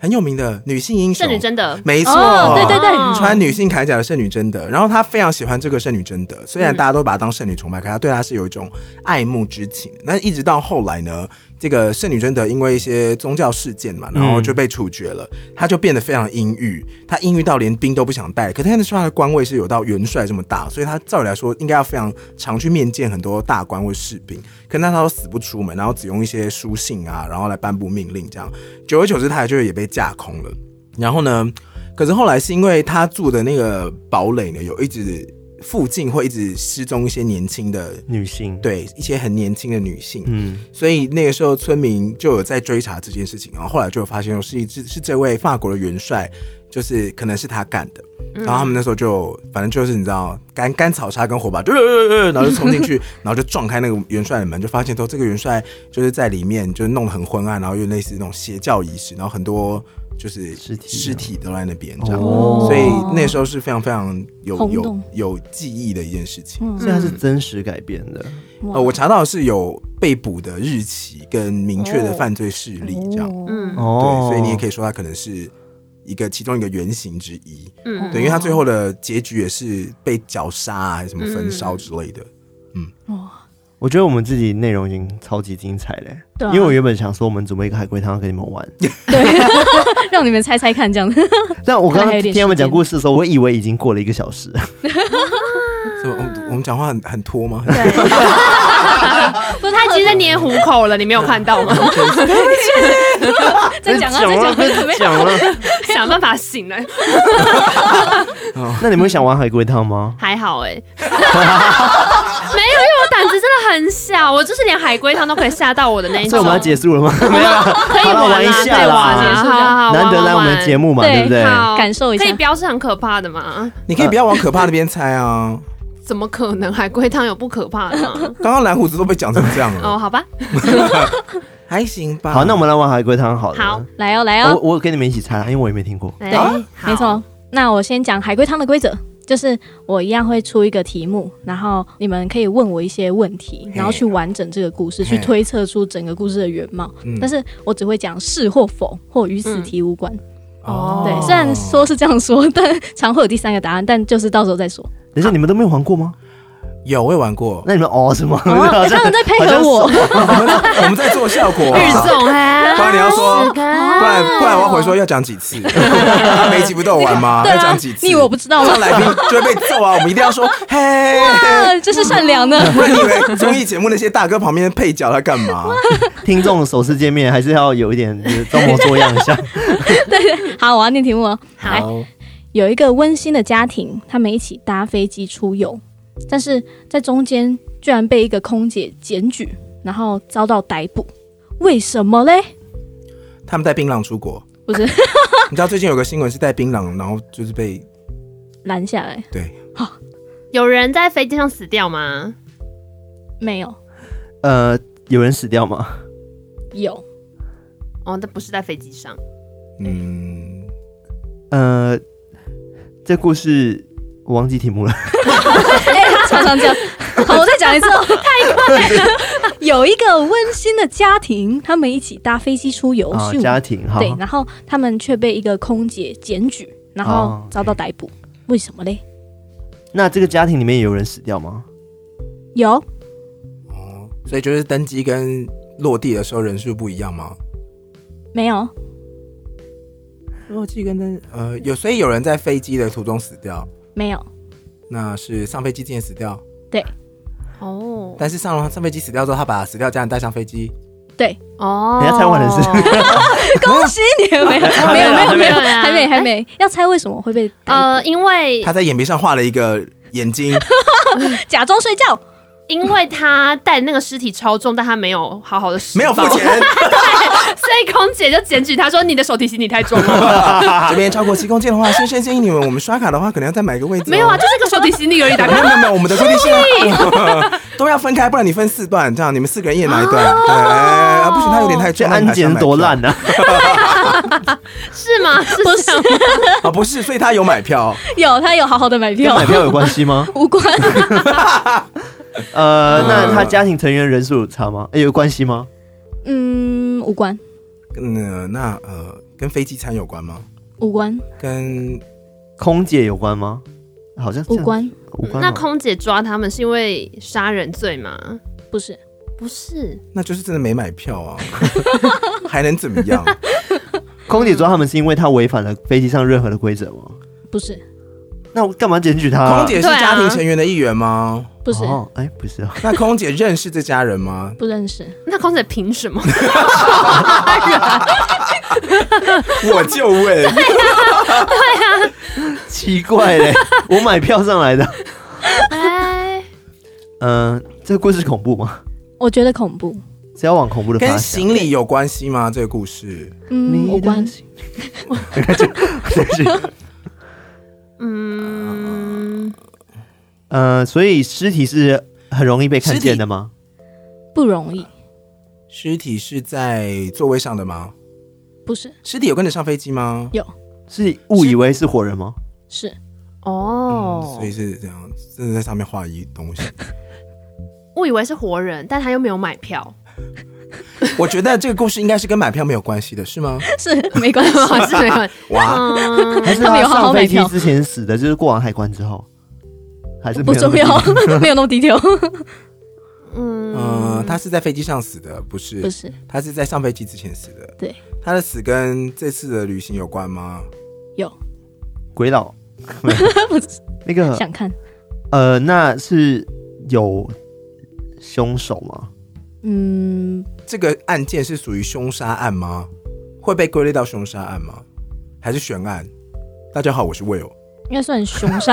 很有名的女性英雄
圣女真的，
没错，
哦，对对
哦
对，
穿女性铠甲的圣女贞德，然后她非常喜欢这个圣女贞德，
嗯
虽然大家都把她当圣女崇拜，可她对她是有一种爱慕之情。那一直到后来呢，这个圣女贞德因为一些宗教事件嘛，然后就被处决了，她就变得非常阴郁，她阴郁到连兵都不想带。可她那时候她的官位是有到元帅这么大，所以她照理来说应该要非常常去面见很多大官或士兵，可那她都死不出门，然后只用一些书信啊，然后来颁布命令，这样久而久之，她就也被架空了。然后呢，可是后来是因为他住的那个堡垒呢，有一直附近会一直失踪一些年轻的，
女性，，
对一些很年轻的女性，
嗯，
所以那个时候村民就有在追查这件事情，然后后来就有发现哦，是是是这位法国的元帅，就是可能是他干的。
嗯
然后他们那时候就，反正就是你知道，干干草叉跟火把，就、呃呃呃 然后就冲进去，然后就撞开那个元帅的门，就发现说这个元帅就是在里面，就是弄得很昏暗，然后又类似那种邪教仪式，然后很多就是
尸体啊
尸体都在那边这样，
哦
所以那时候是非常非常有
轰
有
动
有记忆的一件事情。
嗯
所以它是真实改编的，
呃，我查到是有被捕的日期跟明确的犯罪事例，这样、
嗯
哦，
对，所以你也可以说它可能是一个其中一个原型之一，
嗯，
对，因为它最后的结局也是被绞杀啊，还是什么焚烧之类的。
我觉得我们自己内容已经超级精彩嘞、
对啊
因为我原本想说我们准备一个海龟汤给你们玩，
对，让你们猜猜看，这样
啊
但我刚
看来还
刚
有点
听他们讲
时间
故事的时候，我以为已经过了一个小 时，
所以我们我们讲话很很拖吗？
不，他已经在捏虎口了，你没有看 到吗？
再 讲啊，再讲啊，准备
讲了。
想办法醒来，
啊 那你们会想玩海龟汤吗？
还好 哎、没有，因为我胆子真的很小，我就是连海龟汤都可以吓到我的那一
所以
种。
我们要结束 了吗？没有啦，
可以
好啦
玩
玩一
啊，可
下
以
啦
玩啊，好好好，
难得来我们的节
目，
目嘛，
对
对不对？
好
感受一下
可以不要是很可怕的吗？
你可以不要往可怕那边猜啊！
怎么可能海龟汤有不可怕的吗？
刚刚蓝胡子都被讲成这样
哦，
了，
好吧，
还行吧。
好，那我们来玩海龟汤好了。
好，
来哦，来
啊我
哦，
啊
我跟你们一起猜啦，因为我也没听过。
对
对，没错。那我先讲海龟汤的规则，就是我一样会出一个题目，然后你们可以问我一些问题，然后去完整这个故事，
嘿嗯
去推测出整个故事的原貌。但是我只会讲是或否，或与此题无关。
哦
对，虽然说是这样说， 但常会有第三个答案，但就是到时候再 说。
等一下，你们都没有玩过吗？
有我也玩过，
那你们哦什么？
哦，
好
欸
像
他们在配合我，
我们在我们在做效 果、
日
啊。
总哎，
不然你要说，不
看
然不然我要回说要讲几次，他每集不都有玩 吗？
对
要
啊
讲几，次？
你以为我不知道
这
吗
样？来宾就会被揍啊！我们一定要说 嘿，
啊，这是善良的。
不然你以为综艺节目那些大哥旁边配角他干嘛？
听众首次见面还是要有一点就是装模作样一 下。
好，我要念题目哦。来，
好，
有一个温馨的家庭，他们一起搭飞机出游，但是在中间居然被一个空姐检举，然后遭到逮捕，为什么嘞？
他们带槟榔出国，
不是
你知道最近有个新闻是带槟榔，然后就是被
拦下来
对
有人在飞机上死掉吗？
没有？
呃，有人死掉吗？
有，
哦，那不是在飞机上，
嗯，
呃，这故事我忘记题目了。
哎、常常这样。 好，我再讲一次哦， 太快了。有一个温馨的家庭，他们一起搭飞机出游，
啊
去，
家庭好，
哦对，然后他们却被一个空姐检举，然后
哦
遭到逮捕，为什么嘞？
那这个家庭里面有人死掉吗？
有，
哦所以就是登机跟落地的时候人数不一样吗？
没有？
落地跟登呃有，所以有人在飞机的途中死掉，
没有，
那是上飞机之前死掉，
对，
哦
但是上了上飞机死掉之后，他把死掉家人带上飞机，
对，
哦，
人家台湾人是
恭喜你，没有，没有，没有，没有，没有， 还没，
还没
还没，要猜为什么会被呃
呃，因为
他在眼皮上画了一个眼睛，
假装睡觉？
因为他带那个尸体超重，但他没有好好的
没有付钱，
所以空姐就检举他说：“你的手提行李太 重了。
啊这边超过七公斤的话，先生建议你们，我们刷卡的话可能要再买个位置、”哦。
没有啊，就是个手提行李 而已，打
没
开
有没有没有，我们的规定是啊都要分开，不然你分四段，这样你们四个人一人拿一段。对，啊不行，他有点太
这
重，
安检多烂
的
啊！
是吗？是不 是？
啊！不是，所以他有买票，
有，他有好好的买
跟
票
买，票有关系吗？
无关，
呃，那
嗯
他家庭成员人数有差吗？诶有关系吗？
嗯，无关，
嗯，那呃，跟飞机餐有关吗？
无关，
跟
空姐有关吗？好像这
无
样
关，
无关哦吗。
那空姐抓他们是因为杀人罪吗？
不是，
不是，
那就是真的没买票啊，还能怎么样？
空姐抓他们是因为他违反了飞机上任何的规则吗？
不是，
那我干嘛检举他、啊
空姐是家庭成员的一员吗？
不是，
哦，哎、不是哦，
那空姐认识这家人吗？
不认识，
那空姐凭什么？
我就问，
奇怪嘞，我买票上来的。
哎，
嗯、这个故事恐怖吗？
我觉得恐怖，
是要往恐怖的
跟
发展。
行李有关系吗？这个故事
嗯，无关，
嗯，
呃，所以尸体是很容易被看见的吗？
不容易，
尸体是在座位上的吗？
不是，
尸体有跟着上飞机吗？
有，
是误以为是活人吗？
是，
嗯
哦
所以，是这样，真的在上面画一东西。
我以为是活人，但他又没有买票，
我觉得这个故事应该是跟买票没有关系的，是吗？
是没关系，
啊是没有。
哇，
嗯，
还是
他们有好好
上
买
飞机
票
之前死的，就是过完海关之后，还是没
不
有那么
重要
紧，
没有 那么低调，
嗯，他是在飞机上死的，不是？
不是，
他是在上飞机之前死的。
对，
他的死跟这次的旅行有关吗？
有，
鬼佬
不是
那个
想看，
呃，那是有凶手吗？
嗯，
这个案件是属于凶杀案吗？会被归类到凶杀案吗？还是悬案？大家好，我是 Will，
应该算凶杀，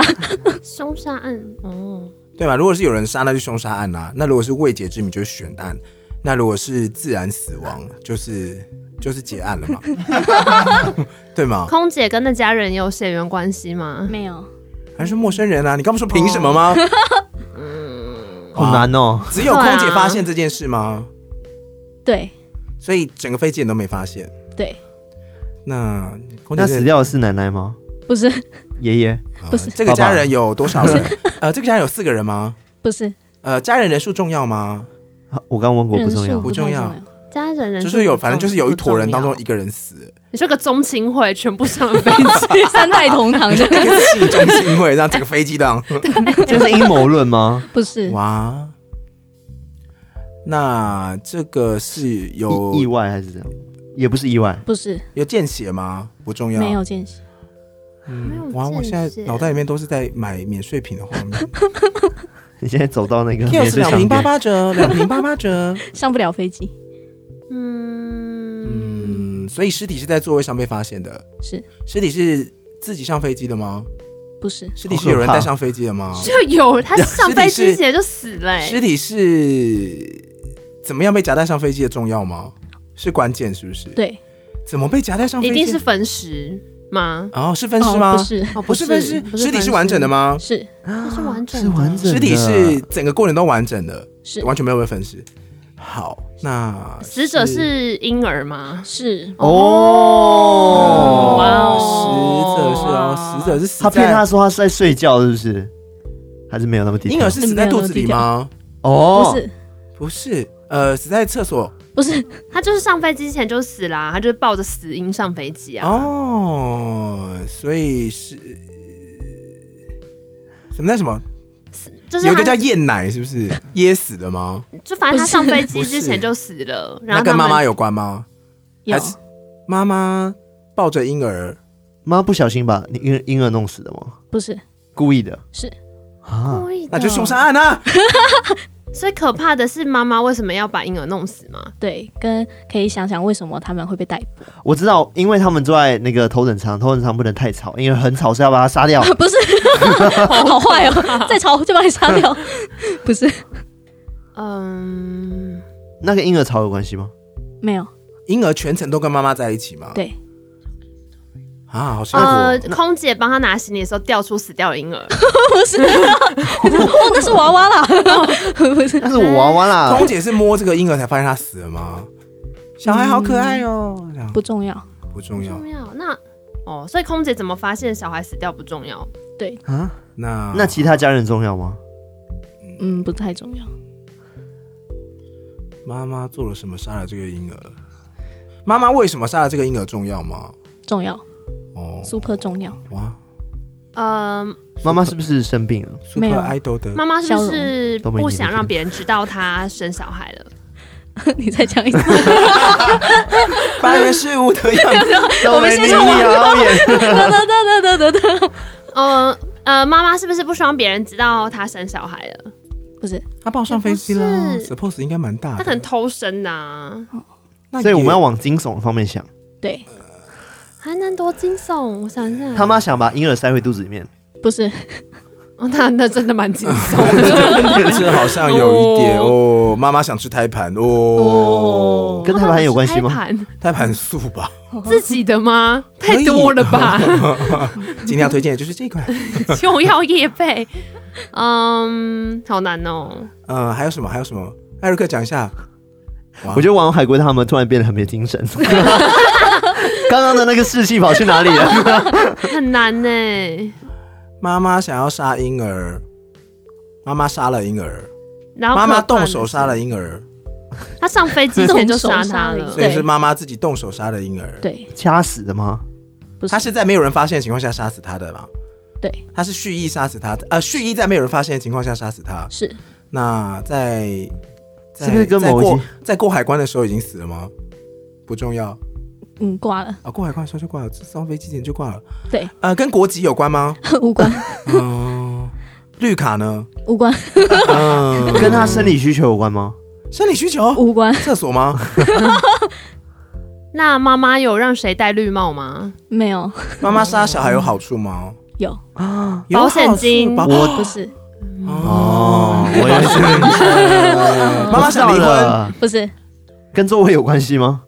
凶杀案，哦，
对吧？如果是有人杀，那就凶杀案啦、那如果是未解之谜，就是悬案；那如果是自然死亡，就是就是结案了嘛， 对吗？
空姐跟那家人有血缘关系吗？
没有，
还是陌生人啊？你刚不说凭什么吗？
哦
好难哦。
只有空姐发现这件事
啊
吗？
对
所以整个飞机人都没发现。
对，
那空姐
那死掉的是奶奶吗？
不是
爷爷
不是
呃这个
爸
家
爸
人有多少人？ 呃，这个家人有四个人吗？
不是
呃，家人人数重要吗？
啊我刚问过不
人
重
数
要，
不太
重
重
要
要，，
家人人
就
数
是有，
不
反正
重
就是有一坨人当中
不重
一个人死，
要，你说个宗亲会全部上飞机
三代同堂的
一个戏中心会让整个飞机当
这是阴谋论吗？
不是
哇。那这个是有
意意外还是怎样？也不是意外，
不是
有见血吗？不重要。
没有见识，
没有
哇，我
见
现在
血
脑袋里面都是在买免税品的画面。
你现在走到那个
又
免
是
税
两
商
瓶八
店，
八折，两瓶八八折。
上不了飞机，
嗯，
嗯，所以尸体是在座位上被发现的。
是
尸体是自己上飞机的吗？
不是
尸体是有人带上飞机的吗？
就有他上飞
尸体
机
是
前就死 了、欸
尸，体是怎么样被夹带上飞机的重要吗？是关键是不是？，
对
怎么被夹带上飞
一
机？
定是分尸吗？
哦，是分尸
哦
吗？
不，是
哦，
不是分尸，
不
尸体是完整的
吗？
吗？
是
它是完整
是
的，
完整的，
尸体是整个过程都完整的，
是
完全没有被分尸。好，那
死者是婴儿吗？
是
哦，
哇
死者
哦
是哦，死者是死
他骗
在
他说他是在睡觉，是不是？还是没有那么低调？
婴儿是死在肚子里吗？
哦，
不是
不是，呃，死在厕所
不是
他就是上飞机前就死啦、他就是抱着死婴上飞机啊。
哦，所以是什么那什么？
就是
有一
他
个叫燕奶，是不 是噎死的吗？
就反正他上飞机之
不是
前就死了，然
那
后他
跟
们
妈妈有关吗？
有
还是妈妈抱着婴儿？
妈不小心把你婴婴儿弄死的吗？
不是
故意的
是
啊？
故意的
那就是凶杀案啊！
所以可怕的是妈妈为什么要把婴儿弄死吗？
对，跟可以想想为什么他们会被逮捕，
我知道，因为他们坐在那个头等舱，头等舱不能太吵，因为很吵是要把他 杀掉。
哦
不是好坏 哦，再吵就把你杀掉，不是
嗯，
那跟婴儿吵有关系吗？
没 有
婴儿全程都跟妈妈在一起吗？
对
啊，好辛苦
呃
哦。，
空姐帮他拿行李的时候掉出死掉的 婴儿，
不是哦，那是娃娃啦，不是
那是我娃娃 啦
空。姐是摸这个婴儿才发现他死了吗？
嗯
小孩好可爱哦，这 样
不重要。
不重要
重。要那哦，所以空姐怎么发现小孩死掉不重要，
啊，
那
那其他家人重要吗？
嗯，不太重要。
妈妈做了什么杀了这个婴儿？妈妈为什么杀了这个婴儿重要吗？
重要
哦，
，super 重要，
哇
嗯，
妈妈是不是生病了？
没
，Super
有
Idol 的
妈妈是不是
都没你
不
的
想
事
让别人知道她生小孩了？
你再讲一 次。
八人事物的样 子，
我
们先
你
上网
谣言。
得得得得得得得，
呃呃，妈妈是不是不希望别人知道她生小孩了？
不是
他抱上飞机啦
也不是
，Suppose 应该蛮大
她
啊
的。
可能偷生呐、啊，
那也
所以我们要往惊悚的方面想。
对，
还能多惊悚？我想一下，
他妈想把婴儿塞回肚子里面，
不是
哦，那那真的蛮惊悚。
这好像有一点哦。妈妈想吃胎盘哦，
跟胎盘有关系吗？
胎盘
胎盘素吧。
自己的吗？
可
太
以
多了吧？
今天要推荐的就是这款。
就要夜配，嗯，好难哦。
嗯，还有什么？还有什么？艾瑞克讲一下。啊
我觉得玩海龟汤他们突然变得很没精神。 刚刚的那个士气跑去哪里了？
很难呢、
妈妈想要杀婴儿，妈妈杀了婴儿，
然后
妈妈动
可
手
怕的是
杀，了婴儿，
他上飞机前就
动
杀
手
他
杀了
了
所。以是
对
妈妈自己动手杀的婴儿。
对
掐死的吗？
不
她
是
是在没有人发现的情况下杀死他的嘛？
对
她是蓄意杀死他的，呃，蓄意在没有人发现的情况下杀死他。
是
那在在
是不是跟
在
某一
过
集
在过海关的时候已经死了吗？不重要
嗯挂了，
啊，过海关的时候就挂了，上飞机前就挂了。
对
呃，跟国籍有关吗？
无关
嗯，绿卡呢？
无关
嗯，
跟他生理需求有关吗？
生理需求，
无关，
厕所吗？
那妈妈有让谁戴绿帽吗？
没有
妈妈杀小孩有好处吗？
有
有
保
好处
险 金
保
我
不是
哦，我也是。
妈妈想离婚，，
不是
跟座位有关系吗？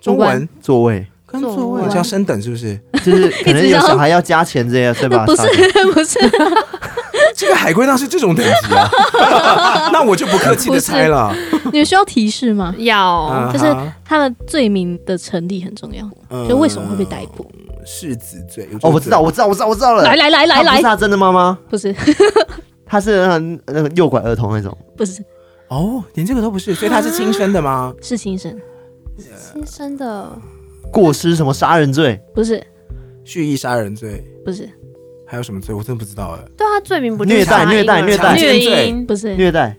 中文
座 位
跟座位叫升等是不是？
就是可能
一直
有
要
小孩要加钱这些，对吧？
不是
杀掉
不是
这个海龟汤是这种等级啊？那我就不客气的猜了。嗯
你需要提示吗？
要、
呃嗯
啊哈嗯
就是他的罪名的成立很重要，就为什么会被逮捕？
柿子嘴。有这
哦，
个
我知道，
嘴
我知道，我知道，我知道了。
来来来来
她不是
来，
她真的妈妈，
不是
她是那那个诱拐儿童那种。
不是
哦，连这个都不是，所以他是亲生的吗？
是亲生，
亲生 的啊
过失什么杀人罪？
不是
蓄意杀人罪，
不是
还有什么罪？我真的不知道哎。
对他罪名不
虐待虐待虐待
强
虐
奸罪
婴
不是
虐待、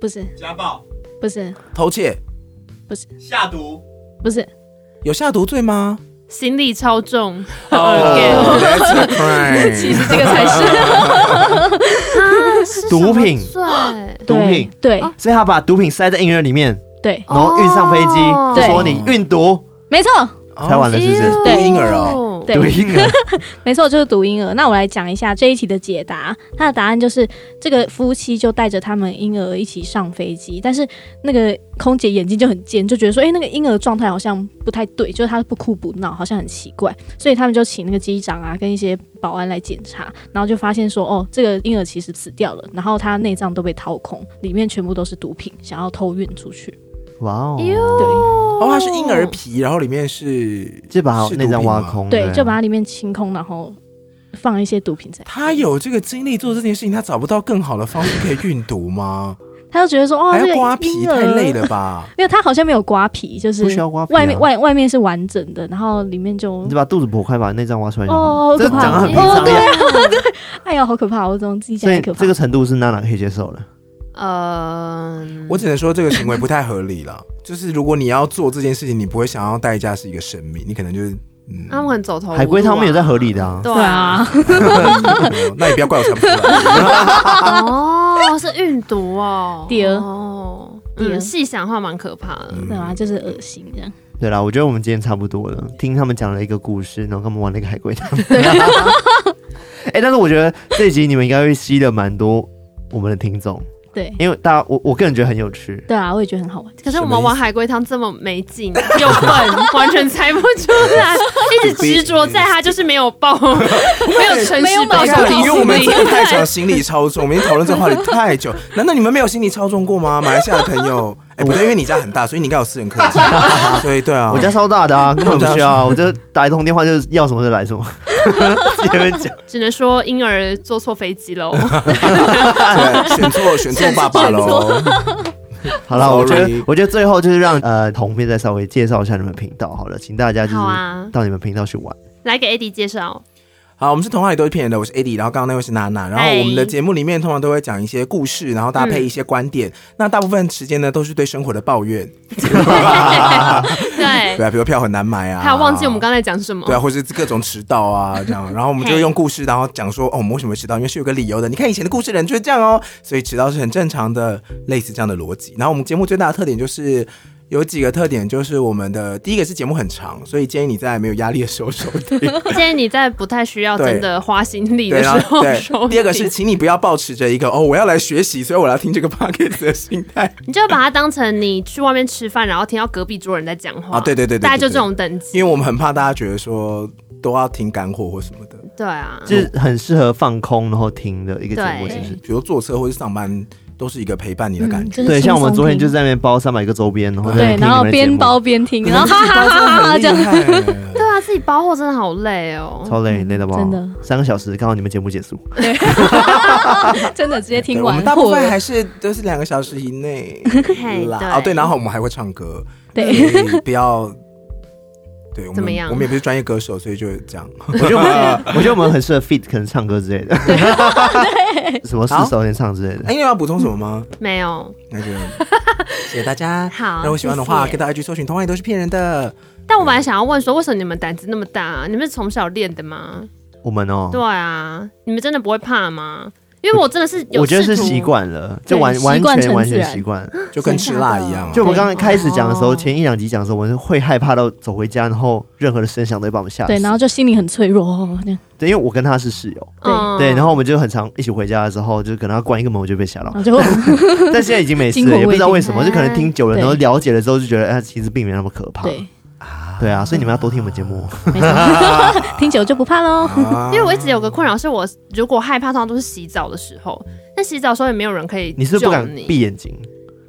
不是
家暴、
不是
偷窃
下毒，
不是
有下毒罪吗？Oh,
行李超重，
哦
呃
哦 that's a crime
嗯
其实这个才是
毒品
对，
毒品，
对
所以她把毒品塞在婴儿里面，
对，
然后运上飞
哦
机，就说你运毒
没错
哦
才完了，是不是？
对
毒婴儿哦，
哎对
毒婴 儿，
没错，就是毒婴儿。那我来讲一下这一题的解答，它的答案就是这个夫妻就带着他们婴儿一起上飞机，但是那个空姐眼睛就很尖，就觉得说，哎、那个婴儿状态好像不太对，就是他不哭不闹，好像很奇怪，所以他们就请那个机长啊跟一些保安来检查，然后就发现说，哦，这个婴儿其实死掉了，然后他内脏都被掏空，里面全部都是毒品，想要偷运出去。
哇哦！
对
哦，它是婴儿皮，然后里面是
就把内脏挖。
是毒品吗
空，
对，就把它里面清空，然后放一些毒品在。
他有这个精力做这件事情，他找不到更好的方式可以运毒吗？
他就觉得说，哦，
还
这
要
个
刮皮，
婴儿
太累了吧？
没有，它好像没有刮皮，就是
不需要刮皮啊
外面外外面是完整的，然后里面就
你就把肚子剖开，把内脏挖出来就好。
哦，好
啊这
可
讲得
怕！
很
哦
平常
对
耶，
啊，对，哎呀，好可怕！我怎么自己讲
所以
也可怕？
这个程度是娜娜可以接受的。
呃，
嗯
我只能说这个行为不太合理了。就是如果你要做这件事情，你不会想要代价是一个生命，你可能就是嗯，
他们很走投无路啊
海龟汤面也在河里的啊，
对
对，啊，
那也不要怪我想不出来。
哦，是运毒哦，
对
哦，
对
嗯，细想的话蛮可怕
嗯
的，
对
嗯
啊，就是恶心这样。
对啦，我觉得我们今天差不多了。听他们讲了一个故事，然后他们玩了一个海龟汤。哎、但是我觉得这一集你们应该会吸了蛮多我们的听众，
对
因为大家我我个人觉得很有趣。
对啊，我也觉得很好玩。
可是我们玩海龟汤这么没劲又笨，完全猜不出 来，一直执着在它就是没有报，没有诚
没有
实
脑
报
子
告
因为
诉
我们
你
真的太常行李超重，我们已经讨论这个话题太久。难道你们没有行李超重过吗？马来西亚的朋友，哎、不对，因为你家很大，所以你应该有私人 客机。所以对啊，
我家超大的啊，根本不需要啊，我就打一通电话就是要什么就来什么。前面讲
只能说婴儿坐错飞 机喽。啊
对选错选错爸爸哦喽。
好了，我觉得
Sorry
我觉得最后就是让呃同片再稍微介绍一下你们频道好了，请大家就是
好啊
到你们频道去玩。
来给 AD 介绍，
好，我们是童话里都是骗人的，我是 AD，然后刚刚那位是娜娜，然后我们的节目里面通常都会讲一些故事，然后搭
嗯
配一些观点。那大部分时间呢都是对生活的抱怨，
对
对，啊，比如票很难买啊，
哎还有忘记我们刚才讲什么
对啊，，或是各种迟到啊，这样，然后我们就
嘿
用故事，然后讲说，哦，我们为什么会迟到？因为是有个理由的。你看以前的故事人就是这样哦，所以迟到是很正常的，类似这样的逻辑。然后我们节目最大的特点就是有几个特点，就是我们的第一个是节目很长，所以建议你在没有压力的时候收听。
建议你在不太需要
对
真的花心力
对，
的
然
时
后
候
对
收。
第二个是，
听
请你不要保持着一个哦，我要来学习，所以我 要听这个 podcast 的心态
你就把它当成你去外面吃饭，然后听到隔壁桌人在讲话
啊。对对对对，对
大概就
对
这种等级。
因为我们很怕大家觉得说都要听干货或什么的。
对啊，
就是很适合放空然后听的一个节目，
对
其实。
比如坐车或是上班，都是一个陪伴你的感觉。
嗯就是
对，
轻
像我们
松
昨天
听
就在那边包三百个周边，然后在那
对，
边听
然后
你们的节
边
目
包 边听，
你
然后
们自
哈
己
嗯 哈
包真的
哈哈
很
这样。
厉害
对啊，自己包货真的好累哦。
超累，累的吧？
嗯真的，
三个小时刚好你们节目 结束。
真的直接
对
听
我
完
们大部
或
分还是都是两个小时以内
嘿
啦。哦，对，然后我们还会唱歌，
对，
所以不要。对，我
怎
们
么样
我们也不是专业歌手，所以就这样。
我觉得我们，我觉得我们很适合 fit，可能唱歌之类 的，什么四手联唱之类的
哎，。你要补充什么吗？
没有，
那 就谢谢大家。
好
如果喜欢的话，
谢
可
谢
以到 IG 搜寻“童话里都是骗人的
但我本来想要问说，为什么你们胆子那么大、啊？你们是从小练的吗？
我们哦
对，啊，你们真的不会怕吗？因为我真的是有
我觉得是
试图
习，惯了，就
对
完
习
完
惯
全
成
完
自
全
然
习惯了。”，
就跟吃辣一样啊。
就我们刚刚开始讲的时候，
哦
前一两集讲的时候，我们是会害怕到走回家，然后任何的声响都会把我们吓死。
对，然后就心里很脆弱哦，这样
对，因为我跟他是室友，
哦
嗯
对，然后我们就很常一起回家的时候，就可能他关一个门，我就被吓到
然。后就
但现在已经没事
哦惊
了，
魂
也不知道
未定
为什么，就可能听久了，
对
然后了解了之后就觉得，哎，其实并没那么可怕。
对，
对啊，所以你们要多听我们节目。
没错， 听久就不怕喽。
啊
因为我一直有个困扰，是我如果害怕，通常都是洗澡的时候。那洗澡的时候也没有人可以
你是不是不
救
敢
你
闭眼睛？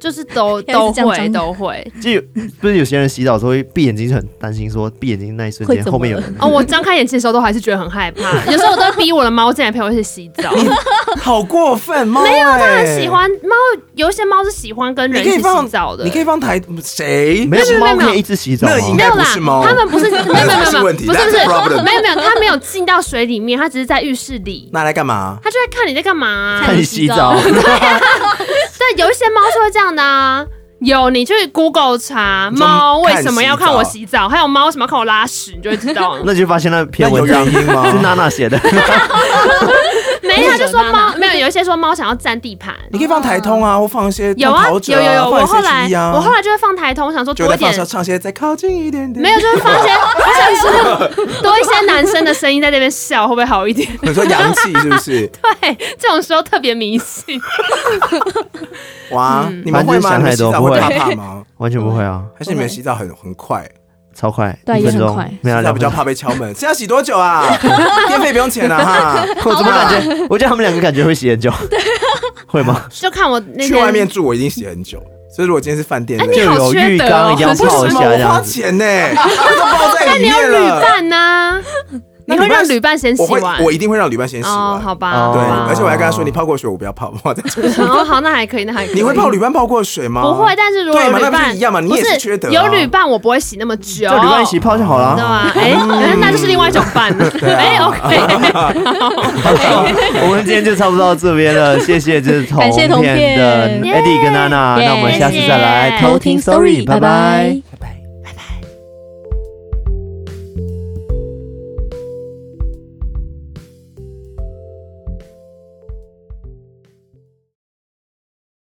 就是 都
要一
都
直这样
会
张
都会。
就有不是有些人洗澡的时候会闭眼睛，就很担心说闭眼睛那一瞬
会
间
怎么
后面有
了
人。
哦，我张开眼睛的时候都还是觉得很害怕，有时候我都会逼我的猫进来陪我一起洗澡。
好过分，猫、没有，他
很喜，欢猫，有一些猫是喜欢跟
你
人
可
一
以
起
放
洗澡的。
你可以放台谁？
没有
没有
猫
没有
可以一直洗澡啊
那应
吗
没？
该
有
不
啦
是猫，
他 们不是没有没有没
那才是
有没有，
问题
不是不
that's
是
the problem
没有没有，它没有进到水里面，它只是在浴室里，
拿来干嘛？
它就在看你在干嘛啊、
看你洗澡，
对，有一些猫是会这样的啊。有，你去 Google 查
你说
猫为
看
什么
洗
要看我
澡
洗澡，还有猫为什么要看我拉屎，你就会 知道了。
那就发现那篇
那有
文章
原因吗
是娜娜写的，
没有，他就说
那
猫没有，有一些说猫想要占地盘。
你可以放台通啊，或放一些
有啊，
陶
有
喆
有
放
有，我
一些
后来
CD 啊
我后来就会放台通，我想说
就
多
在
一点
放，上唱些，再靠近一点点。
没有，就是放一些，我想说多一些男生的声音在那边笑，会不会好一点？
你说洋气是不是？
对，这种时候特别迷信。
哇，
嗯
你们会吗？你
反正
们
就是想太多
洗澡
不
会
会
怕怕吗？
完全不会啊，
还是你们洗澡很很快？
超快，
对
一
也
分
很
钟
快，
没有啊
洗澡
两
比
分
较
钟。
怕被敲门，这要洗多久 啊？电费不用钱啊哈！
我怎么感觉？我觉得他们两个感觉会洗很久，会吗？
就看我那
去外面
天，
住我已经洗很久，所以如果今天是饭店
哎
类
你
就
好
有
缺德哦
浴缸一定要泡
为
一
什
下
么
这
我花
样子。
钱呢？我都包在里
你有
面
旅
了。
伴呐、
那
你
旅伴
会让旅伴先洗
我会
完，
我一定会让旅伴先洗
哦，
完。
好吧，
哦
对，
好
而且我还跟他说，你泡过水，我不要泡，我再冲。
哦，好，那还可以，那还可 以。
你会泡旅伴泡过水吗？
不会，，但是如果有
对嘛
旅
那不
伴
是一样嘛你
不
也是
是
缺德啊
有旅伴，我不会洗那么久，
就旅伴一起泡就好
对
了。
吧？哎、那就是另外一种 伴了。哎、o
我们今天就差不多到这边了，谢谢这是同
感谢同
片的
片
Eddie 跟娜娜，
耶
那我们下次再来
谢谢
偷听 Sorry，拜拜。